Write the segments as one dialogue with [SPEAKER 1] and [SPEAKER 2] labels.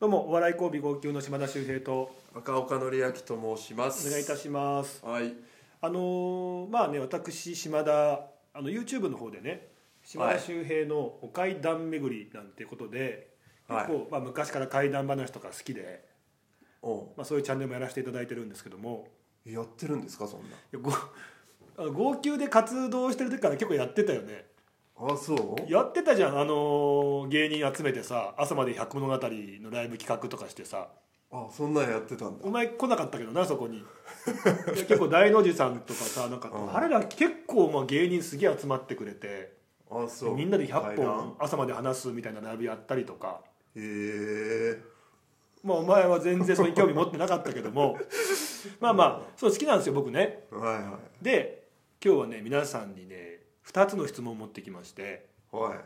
[SPEAKER 1] どうもお笑い交尾号泣の島田秀平と
[SPEAKER 2] 赤岡典明と申します
[SPEAKER 1] お願いいたします
[SPEAKER 2] はい
[SPEAKER 1] あのーまあね私島田あの YouTube の方でね島田秀平のお階段巡りなんてことで、
[SPEAKER 2] はい
[SPEAKER 1] 結構、まあ、昔から怪談話とか好きで、
[SPEAKER 2] お
[SPEAKER 1] まあ、そういうチャンネルもやらせていただいてるんですけども
[SPEAKER 2] やってるんですかそんない
[SPEAKER 1] やご あの号泣で活動してる時から結構やってたよね
[SPEAKER 2] あそう
[SPEAKER 1] やってたじゃんあのー芸人集めてさ朝まで百物語のライブ企画とかしてさ
[SPEAKER 2] あそんなんやってたんだ
[SPEAKER 1] お前来なかったけどなそこに いや結構大の字さんとかさなんか、
[SPEAKER 2] うん
[SPEAKER 1] あれら結構まあ芸人すげえ集まってくれて
[SPEAKER 2] あそう
[SPEAKER 1] みんなで100
[SPEAKER 2] 階段
[SPEAKER 1] 本朝まで話すみたいなライブやったりとか
[SPEAKER 2] へえ
[SPEAKER 1] まあお前は全然それに興味持ってなかったけど もまあまあそう好きなんですよ僕ね
[SPEAKER 2] はいは
[SPEAKER 1] で今日はね皆さんにね2つの質問を持ってきまして
[SPEAKER 2] いはい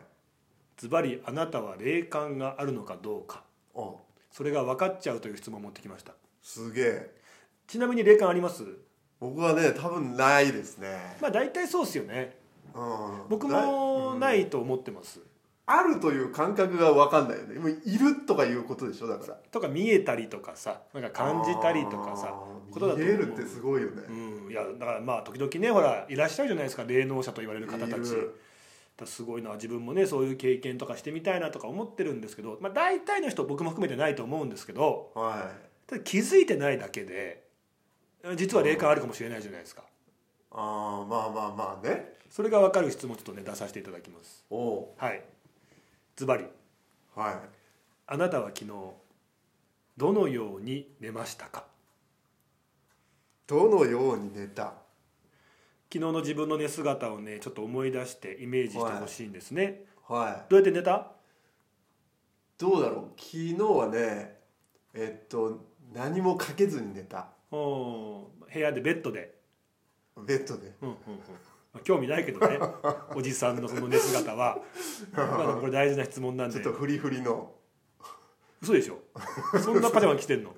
[SPEAKER 1] ズバリあなたは霊感があるのかどうか
[SPEAKER 2] あ
[SPEAKER 1] それが分かっちゃうという質問を持ってきました
[SPEAKER 2] すげえ
[SPEAKER 1] ちなみに霊感あります
[SPEAKER 2] 僕はね多分ないですね
[SPEAKER 1] まあ大体そうっすよね
[SPEAKER 2] うん
[SPEAKER 1] 僕
[SPEAKER 2] ない
[SPEAKER 1] も
[SPEAKER 2] うん
[SPEAKER 1] ないと思ってます、
[SPEAKER 2] あるという感覚が分かんないよねもういるとかいうことでしょだから
[SPEAKER 1] とか見えたりとかさなんか感じたりとかさ
[SPEAKER 2] あー
[SPEAKER 1] ことだと
[SPEAKER 2] 見
[SPEAKER 1] 思う
[SPEAKER 2] えるってすごいよね、
[SPEAKER 1] うんいやだからまあ時々ねほらいらっしゃるじゃないですか霊能者と言われる方たちだ
[SPEAKER 2] い
[SPEAKER 1] か
[SPEAKER 2] る
[SPEAKER 1] らすごいな自分もねそういう経験とかしてみたいなとか思ってるんですけど、まあ、大体の人僕も含めてないと思うんですけど
[SPEAKER 2] はい
[SPEAKER 1] ただ気づいてないだけで実は霊感あるかもしれないじゃないですか
[SPEAKER 2] ああまあまあまあね
[SPEAKER 1] それが分かる質問をちょっとね出させていただきます
[SPEAKER 2] おう
[SPEAKER 1] はいズバリ
[SPEAKER 2] はい
[SPEAKER 1] あなたは昨日どのように寝ましたか
[SPEAKER 2] どのように寝た
[SPEAKER 1] 昨日の自分の寝姿をねちょっと思い出してイメージしてほしいんですね
[SPEAKER 2] はい
[SPEAKER 1] どうやって寝た
[SPEAKER 2] どうだろう昨日はねえっと何もかけずに寝た
[SPEAKER 1] うん部屋でベッドで、
[SPEAKER 2] ベッドで
[SPEAKER 1] うんうんうんまあ興味ないけ どねおじさんのその寝姿はまあでもこれ大事な質問なん
[SPEAKER 2] ちょ
[SPEAKER 1] で
[SPEAKER 2] っとフリフリの
[SPEAKER 1] 嘘でしょそんなパジャマ着てんの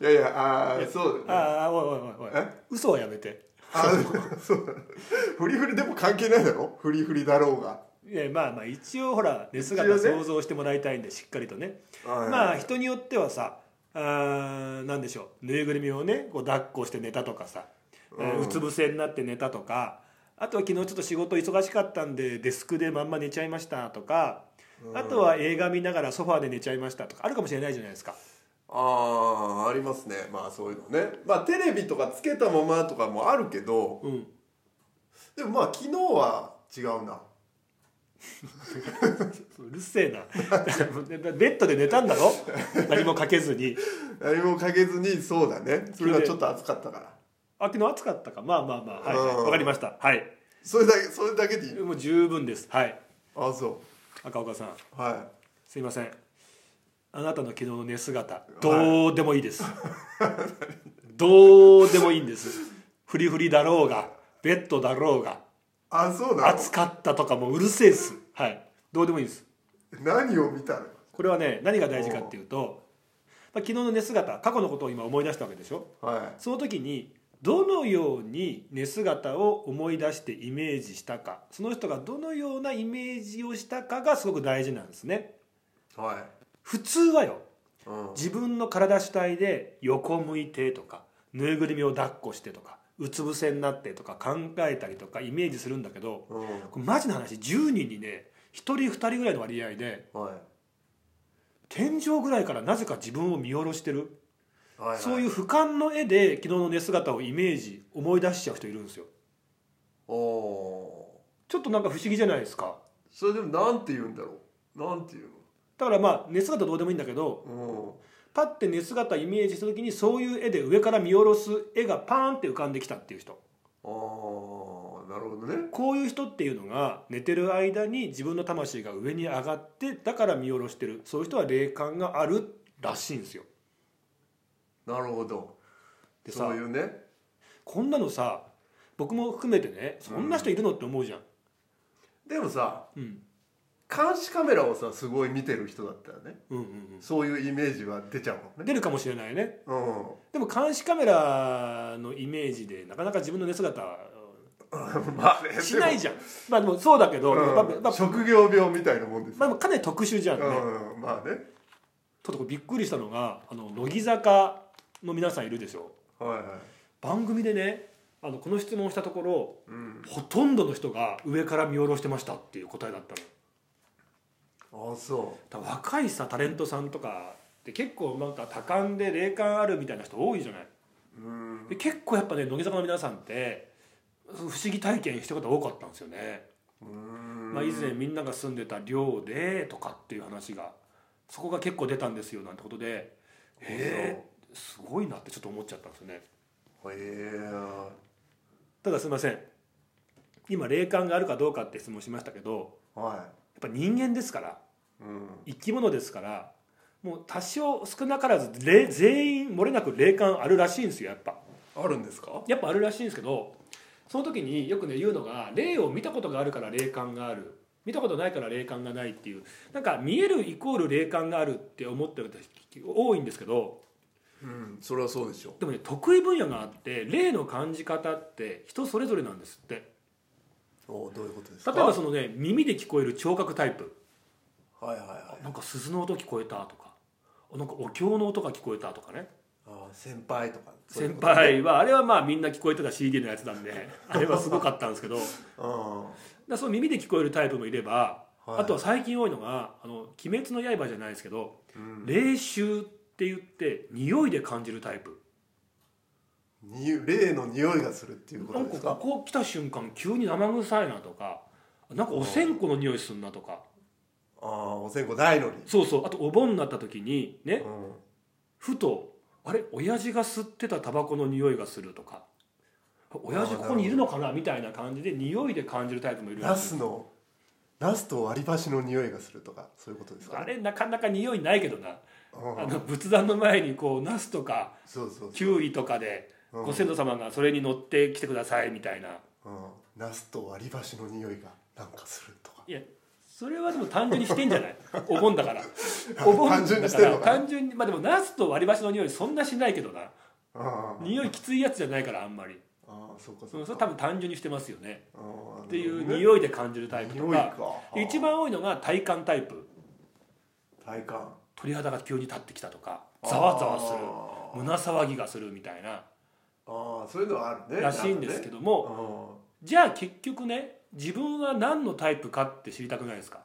[SPEAKER 2] いやいやあーそうだね
[SPEAKER 1] ああおいおいおいおい
[SPEAKER 2] え
[SPEAKER 1] 嘘はやめて
[SPEAKER 2] あーそうだねフリフリでも関係ないだろフリフリだろうが
[SPEAKER 1] いやまあまあ一応ほら寝
[SPEAKER 2] 一
[SPEAKER 1] 姿
[SPEAKER 2] 応ね
[SPEAKER 1] 想像してもらいたいんでしっかりとねま
[SPEAKER 2] ま
[SPEAKER 1] あ人によってはさあーなんでしょうぬいぐるみをねこう抱っこして寝たとかさ、う
[SPEAKER 2] うん
[SPEAKER 1] うつ伏せになって寝たとかあとは昨日ちょっと仕事忙しかったんでデスクでまんま寝ちゃいましたとか、あとは映画見ながらソファーで寝ちゃいましたとかあるかもしれないじゃないですか
[SPEAKER 2] あーありますねまあそういうのねまあテレビとかつけたままとかもあるけど
[SPEAKER 1] うん
[SPEAKER 2] でもまあ昨日は違うな
[SPEAKER 1] うるせえな ベッドで寝たんだろ何もかけずに
[SPEAKER 2] 何もかけずにそうだねそれがちょっと暑かったから
[SPEAKER 1] あ昨日暑かったかまあまあまあはいはい
[SPEAKER 2] うん
[SPEAKER 1] わかりましたはい
[SPEAKER 2] それだけそれだけでいい
[SPEAKER 1] もう十分ですはい
[SPEAKER 2] あそ
[SPEAKER 1] 赤岡さん
[SPEAKER 2] うは
[SPEAKER 1] すいませんあなたの昨日の寝姿どうでもいいです、どうでもいいんですフリフリだろうがベッドだろうが
[SPEAKER 2] いあそうなの
[SPEAKER 1] 暑かったとかもううるせえっすはいどうでもいいです
[SPEAKER 2] 何を見たの
[SPEAKER 1] これはね何が大事かっていうと、まあ、昨日の寝姿過去のことを今思い出したわけでしょ
[SPEAKER 2] は
[SPEAKER 1] その時にどのように寝姿を思い出してイメージしたかその人がどのようなイメージをしたかがすごく大事なんですね
[SPEAKER 2] いは
[SPEAKER 1] 普通はよ
[SPEAKER 2] い、うん、
[SPEAKER 1] 自分の体主体で横向いてとかぬいぐるみを抱っこしてとかうつ伏せになってとか考えたりとかイメージするんだけど
[SPEAKER 2] う
[SPEAKER 1] これマジな話10人にね1人2人ぐらいの割合で
[SPEAKER 2] ん、はい
[SPEAKER 1] 天井ぐらいからなぜか自分を見下ろしてる
[SPEAKER 2] はい
[SPEAKER 1] そういうう俯瞰の絵で昨日の寝姿をイメージ思い出しちゃう人いるんですよ
[SPEAKER 2] おお
[SPEAKER 1] ちょっとなんか不思議じゃないですか
[SPEAKER 2] ーそれでもなんて言うんだろうなんて言
[SPEAKER 1] だからまあ寝姿どうでもいいんだけど
[SPEAKER 2] うの
[SPEAKER 1] パッて寝姿イメージした時にそういう絵で上から見下ろす絵がパーンって浮かんできたっていう人
[SPEAKER 2] うんああなるほどね
[SPEAKER 1] こういう人っていうのが寝てる間に自分の魂が上に上がってだから見下ろしてるそういう人は霊感があるらしいんですよ
[SPEAKER 2] なるほど
[SPEAKER 1] でさ
[SPEAKER 2] そういうね
[SPEAKER 1] こんなのさ僕も含めてねそんな人いるのって思うじゃん、
[SPEAKER 2] でもさ
[SPEAKER 1] うん、
[SPEAKER 2] 監視カメラをさすごい見てる人だったらね
[SPEAKER 1] うんうん
[SPEAKER 2] そういうイメージは出ちゃうも
[SPEAKER 1] うんん
[SPEAKER 2] ね
[SPEAKER 1] 出るかもしれないね
[SPEAKER 2] うん
[SPEAKER 1] でも監視カメラのイメージでなかなか自分の寝姿は
[SPEAKER 2] まあ ね
[SPEAKER 1] しないじゃんまあでもそうだけ
[SPEAKER 2] で
[SPEAKER 1] ど、
[SPEAKER 2] も
[SPEAKER 1] まあまあ
[SPEAKER 2] うん職業病みたいなもんです
[SPEAKER 1] まあで
[SPEAKER 2] よ
[SPEAKER 1] もかなり特殊じゃんね、
[SPEAKER 2] うんまあね
[SPEAKER 1] あとびっくりしたのがあの乃木坂の皆さんいるでしょ
[SPEAKER 2] はいはい
[SPEAKER 1] 番組でねあのこの質問をしたところ
[SPEAKER 2] うん
[SPEAKER 1] ほとんどの人が上から見下ろしてましたっていう答えだったの
[SPEAKER 2] あそ
[SPEAKER 1] だから若いさタレントさんとかって結構なんか多感で霊感あるみたいな人多いじゃないう
[SPEAKER 2] うん
[SPEAKER 1] で結構やっぱね乃木坂の皆さんって不思議体験してる方多かったんですよね、
[SPEAKER 2] うん
[SPEAKER 1] まあ、以前みんなが住んでた寮でとかっていう話がそこが結構出たんですよなんてことでえー、すごいなってちょっと思っちゃったんですよね
[SPEAKER 2] へえ
[SPEAKER 1] ただすいません今霊感があるかどうかって質問しましたけど
[SPEAKER 2] は
[SPEAKER 1] やっぱ人間ですから
[SPEAKER 2] いうん
[SPEAKER 1] 生き物ですからもう多少少なからずれ全員漏れなく霊感あるらしいんですよやっぱ
[SPEAKER 2] あるんですか
[SPEAKER 1] やっぱあるらしいんですけどその時によくね言うのが霊を見たことがあるから霊感がある見たことないから霊感がないっていうなんか見えるイコール霊感があるって思ってる人多いんですけど
[SPEAKER 2] うんそれはそうでしょ
[SPEAKER 1] でもね得意分野があって霊の感じ方って人それぞれなんですって
[SPEAKER 2] おどういうことです
[SPEAKER 1] 例
[SPEAKER 2] か
[SPEAKER 1] えばそのね耳で聞こえる聴覚タイプ
[SPEAKER 2] はいはいはい
[SPEAKER 1] なんか鈴の音聞こえたとかあなんかお経の音が聞こえたとかね
[SPEAKER 2] あ先輩とかそういう
[SPEAKER 1] 先
[SPEAKER 2] こと
[SPEAKER 1] 輩はあれはまあみんな聞こえてた CD のやつなん であれはすごかったんですけどだか
[SPEAKER 2] うん
[SPEAKER 1] らその耳で聞こえるタイプもいれば、
[SPEAKER 2] はい
[SPEAKER 1] あとは最近多いのが「あの鬼滅の刃」じゃないですけど
[SPEAKER 2] うん
[SPEAKER 1] 霊臭って言って匂いで感じるタイプ
[SPEAKER 2] に霊の匂いがするっていうこ
[SPEAKER 1] な
[SPEAKER 2] と
[SPEAKER 1] ん
[SPEAKER 2] で
[SPEAKER 1] か
[SPEAKER 2] すか
[SPEAKER 1] ここ来た瞬間急に生臭いなとかなんかお線香の匂いすんなとか
[SPEAKER 2] ああお線香ないのに
[SPEAKER 1] そうそうあとお盆になった時にね
[SPEAKER 2] うん
[SPEAKER 1] ふとあれ親父が吸ってたタバコの匂いがするとか親父ここにいるのかなみたいな感じで匂いで感じるタイプもいるら
[SPEAKER 2] ナ
[SPEAKER 1] しい
[SPEAKER 2] スのナスと割り箸の匂いがするとかそういうことですか、
[SPEAKER 1] あれなかなか匂いないけどな、
[SPEAKER 2] うん
[SPEAKER 1] あの仏壇の前にこうナスとか
[SPEAKER 2] そうそう
[SPEAKER 1] キュウリとかで
[SPEAKER 2] うん
[SPEAKER 1] ご先祖様がそれに乗ってきてくださいみたいな、
[SPEAKER 2] うん、ナスと割り箸の匂いがなんかするとか
[SPEAKER 1] いやそれはでも単純にしてんじゃない お盆だからお盆
[SPEAKER 2] 単純に
[SPEAKER 1] だ
[SPEAKER 2] し
[SPEAKER 1] か
[SPEAKER 2] てん
[SPEAKER 1] ら
[SPEAKER 2] のかな
[SPEAKER 1] 単純にまあでもナスと割り箸の匂いそんなしないけどな
[SPEAKER 2] ああ
[SPEAKER 1] 匂いきついやつじゃないからあんまり
[SPEAKER 2] ああそうか
[SPEAKER 1] そ
[SPEAKER 2] そう
[SPEAKER 1] の
[SPEAKER 2] か
[SPEAKER 1] それ多分単純にしてますよね
[SPEAKER 2] ああ
[SPEAKER 1] っていう
[SPEAKER 2] なる
[SPEAKER 1] 匂いで感じるタイプと
[SPEAKER 2] ほどね匂い
[SPEAKER 1] か
[SPEAKER 2] か
[SPEAKER 1] で一番多いのが体感タイプ
[SPEAKER 2] 体感
[SPEAKER 1] 鳥肌が急に立ってきたとかざわざわする
[SPEAKER 2] あ
[SPEAKER 1] 胸騒ぎがするみたいな
[SPEAKER 2] ああそういうのはあるね
[SPEAKER 1] らしいんですけ
[SPEAKER 2] ど
[SPEAKER 1] ども、じゃあ結局ね自分は何のタイプかって知りたくないですか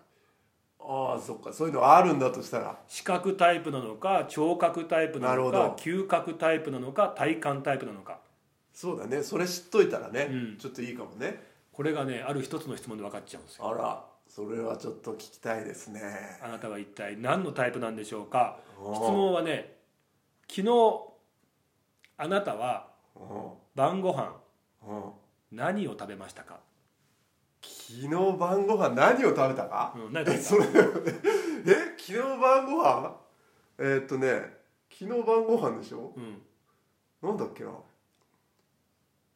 [SPEAKER 2] ああそっかそういうのはあるんだとしたら
[SPEAKER 1] 視覚タイプなのか聴覚タイプなの
[SPEAKER 2] なる
[SPEAKER 1] か
[SPEAKER 2] ほど
[SPEAKER 1] 嗅覚タイプなのか体感タイプなのか
[SPEAKER 2] そうだねそれ知っといたらね、
[SPEAKER 1] うん
[SPEAKER 2] ちょっといいかもね
[SPEAKER 1] これがねある一つの質問で分かっちゃうんですよ
[SPEAKER 2] あらそれはちょっと聞きたいですね
[SPEAKER 1] あなたは一体何のタイプなんでしょうか
[SPEAKER 2] 質
[SPEAKER 1] 質問はね昨日あなたは晩ご飯何を食べましたか、
[SPEAKER 2] 昨日晩ご飯何を食べたか、
[SPEAKER 1] うん、何
[SPEAKER 2] え
[SPEAKER 1] 食
[SPEAKER 2] そ
[SPEAKER 1] べ
[SPEAKER 2] れえ昨日晩ご飯えーっとね昨日晩ご飯でしょ
[SPEAKER 1] た、うん、
[SPEAKER 2] なんだっけな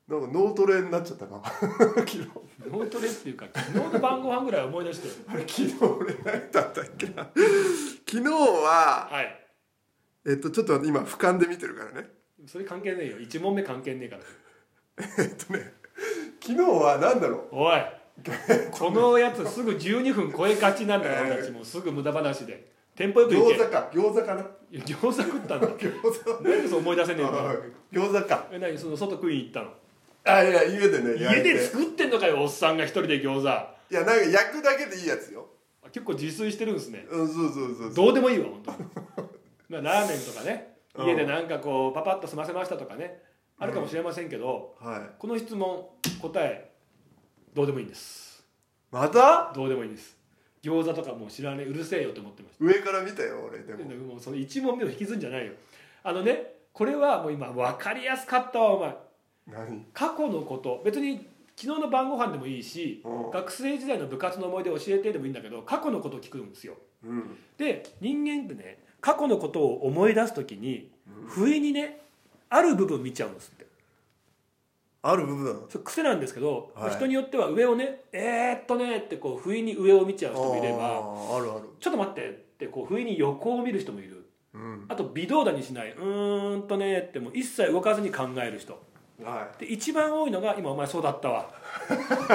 [SPEAKER 2] なんか脳トレになっちゃったか 昨日
[SPEAKER 1] 脳トレっていうか昨日の晩ご飯ぐらい思い出してよ
[SPEAKER 2] あれ昨日俺何だったっけな昨日は
[SPEAKER 1] はい
[SPEAKER 2] えっとちょっと待って今俯瞰で見てるからね
[SPEAKER 1] それ関係ねえよ1問目関係ねえから
[SPEAKER 2] えっとね昨日は何だろう
[SPEAKER 1] おいこのやつすぐ12分超えがちなんだよ
[SPEAKER 2] えー
[SPEAKER 1] 俺たちもすぐ無駄話でテンポよくい
[SPEAKER 2] 餃
[SPEAKER 1] け
[SPEAKER 2] 子か餃子かない
[SPEAKER 1] や餃子食ったんだ
[SPEAKER 2] 餃
[SPEAKER 1] 何
[SPEAKER 2] 子
[SPEAKER 1] でそう思い出せねえんだよ
[SPEAKER 2] 餃子か
[SPEAKER 1] え何その外食いに行ったの
[SPEAKER 2] あいや家でね焼
[SPEAKER 1] 家
[SPEAKER 2] いて
[SPEAKER 1] で作ってんのかよおっさんが一人で餃子あ
[SPEAKER 2] いやなんか焼くだけでいいやつよ
[SPEAKER 1] 結構自炊してるんですね
[SPEAKER 2] うんそうそうそうそう
[SPEAKER 1] どうでもいいわ本当にまあラーメンとかね
[SPEAKER 2] うん
[SPEAKER 1] 家でなんかこうパパッと済ませましたとかねあるかもしれませんけど、
[SPEAKER 2] はい
[SPEAKER 1] この質問答えどうでもいいんです
[SPEAKER 2] また
[SPEAKER 1] どうでもいいんです餃子とかもう知らねえうるせえよって思ってました
[SPEAKER 2] 上から見たよ俺でも
[SPEAKER 1] もうその1問目を引きずんじゃないよあのねこれはもう今分かりやすかったわお前
[SPEAKER 2] 何
[SPEAKER 1] 過去のこと別に昨日の晩ご飯でもいいし
[SPEAKER 2] うん
[SPEAKER 1] 学生時代の部活の思い出教えてでもいいんだけど過去のことを聞くんですよ
[SPEAKER 2] うん
[SPEAKER 1] で人間ってね過去のことを思い出す時に不意にねある部分見ちゃうんですって
[SPEAKER 2] ある部分
[SPEAKER 1] それ癖なんですけど、
[SPEAKER 2] はい
[SPEAKER 1] 人によっては上をね「えー、っとね」ってこう不意に上を見ちゃう人もいれば
[SPEAKER 2] あーあるある
[SPEAKER 1] 「ちょっと待って」ってこう不意に横を見る人もいる
[SPEAKER 2] うん
[SPEAKER 1] あと微動だにしないうーんとねってもう一切動かずに考える人
[SPEAKER 2] は
[SPEAKER 1] で一番多いのが今お前そうだった わ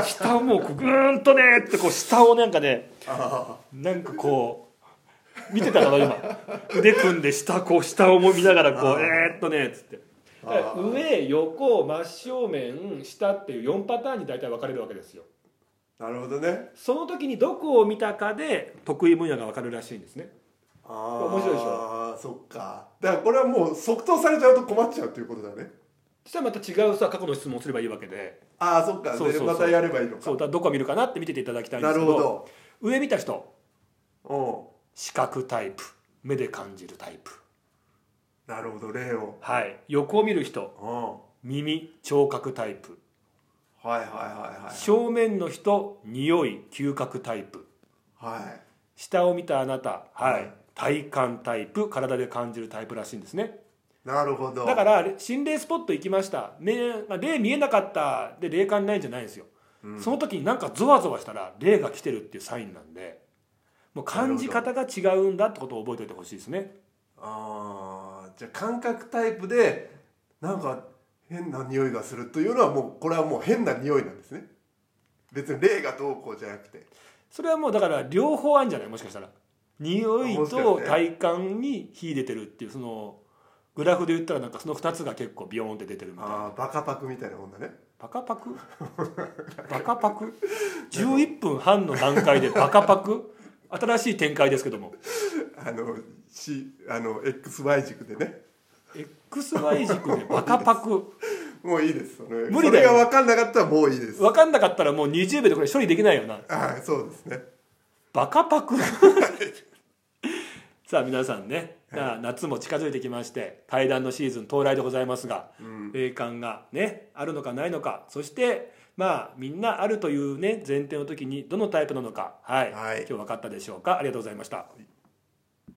[SPEAKER 1] 下をもうグーンとねってこう下をなんかね
[SPEAKER 2] いあ
[SPEAKER 1] なんかこう見てたかな今腕組んで下こう下をも見ながらこ
[SPEAKER 2] あ
[SPEAKER 1] う
[SPEAKER 2] ー
[SPEAKER 1] えー、っとねっつってだから
[SPEAKER 2] あー
[SPEAKER 1] 上横真正面下っていう4パターンに大体分かれるわけですよ
[SPEAKER 2] なるほどね
[SPEAKER 1] その時にどこを見たかで得意分野が分かるらしいんですね
[SPEAKER 2] ああ
[SPEAKER 1] 面白いでしょ
[SPEAKER 2] ああそっかだからこれはもう即答されちゃうと困っちゃうっていうことだね
[SPEAKER 1] そしたらまた違うさ過去の質問をすればいいわけで
[SPEAKER 2] ああそっか
[SPEAKER 1] そうそうそう
[SPEAKER 2] でまたやればいいの
[SPEAKER 1] そうだ
[SPEAKER 2] か
[SPEAKER 1] からどこを見るかなって見てていただきたいんで
[SPEAKER 2] な
[SPEAKER 1] すけ
[SPEAKER 2] る
[SPEAKER 1] ど
[SPEAKER 2] ほ
[SPEAKER 1] 上見た人
[SPEAKER 2] ど
[SPEAKER 1] 視覚タイプ目で感じるタイプ
[SPEAKER 2] うんなるほど例を
[SPEAKER 1] はい横を見る人
[SPEAKER 2] うん
[SPEAKER 1] 耳聴覚タイプ
[SPEAKER 2] はいはいはいはい
[SPEAKER 1] 正面の人匂い嗅覚タイプ
[SPEAKER 2] はい
[SPEAKER 1] 下を見たあなたは
[SPEAKER 2] はい
[SPEAKER 1] い体感タイプ体で感じるタイプらしいんですね
[SPEAKER 2] なるほど
[SPEAKER 1] だから心霊スポット行きました、ねまあ、霊見えなかったで霊感ないんじゃないんですよ、その時になんかゾワゾワしたら霊が来てるっていうサインなんでもう感じ方が違うんだってことを覚えておいてほしいですね
[SPEAKER 2] ああじゃあ感覚タイプでなんか変な匂いがするというのはもうこれはもう変な匂いなんですね別に霊がどうこうじゃなくて
[SPEAKER 1] それはもうだから両方あるんじゃないもしかしたら匂い
[SPEAKER 2] もしかし
[SPEAKER 1] と
[SPEAKER 2] てね
[SPEAKER 1] 体感に秀でてるっていうそのグラフで言ったらなんかその2つが結構ビヨーンって出てるみたいな
[SPEAKER 2] ああバカパクみたいなもんだね
[SPEAKER 1] バカパク バカパク11分半の段階でバカパク新しい展開ですけども
[SPEAKER 2] あの、C、あの XY 軸でね
[SPEAKER 1] XY 軸でバカパク
[SPEAKER 2] もういいですそれ
[SPEAKER 1] 無理だよ
[SPEAKER 2] それが分かんなかったらもういいです
[SPEAKER 1] 分かんなかったらもう20秒でこれ処理できないよな
[SPEAKER 2] はいそうですね
[SPEAKER 1] バカパク さあ皆さんね、まあ夏も近づいてきまして対談のシーズン到来でございますが、霊感がねあるのかないのかそしてまあみんなあるというね前提の時にどのタイプなのかはい、
[SPEAKER 2] はい
[SPEAKER 1] 今日分かったでしょうかありがとうございました。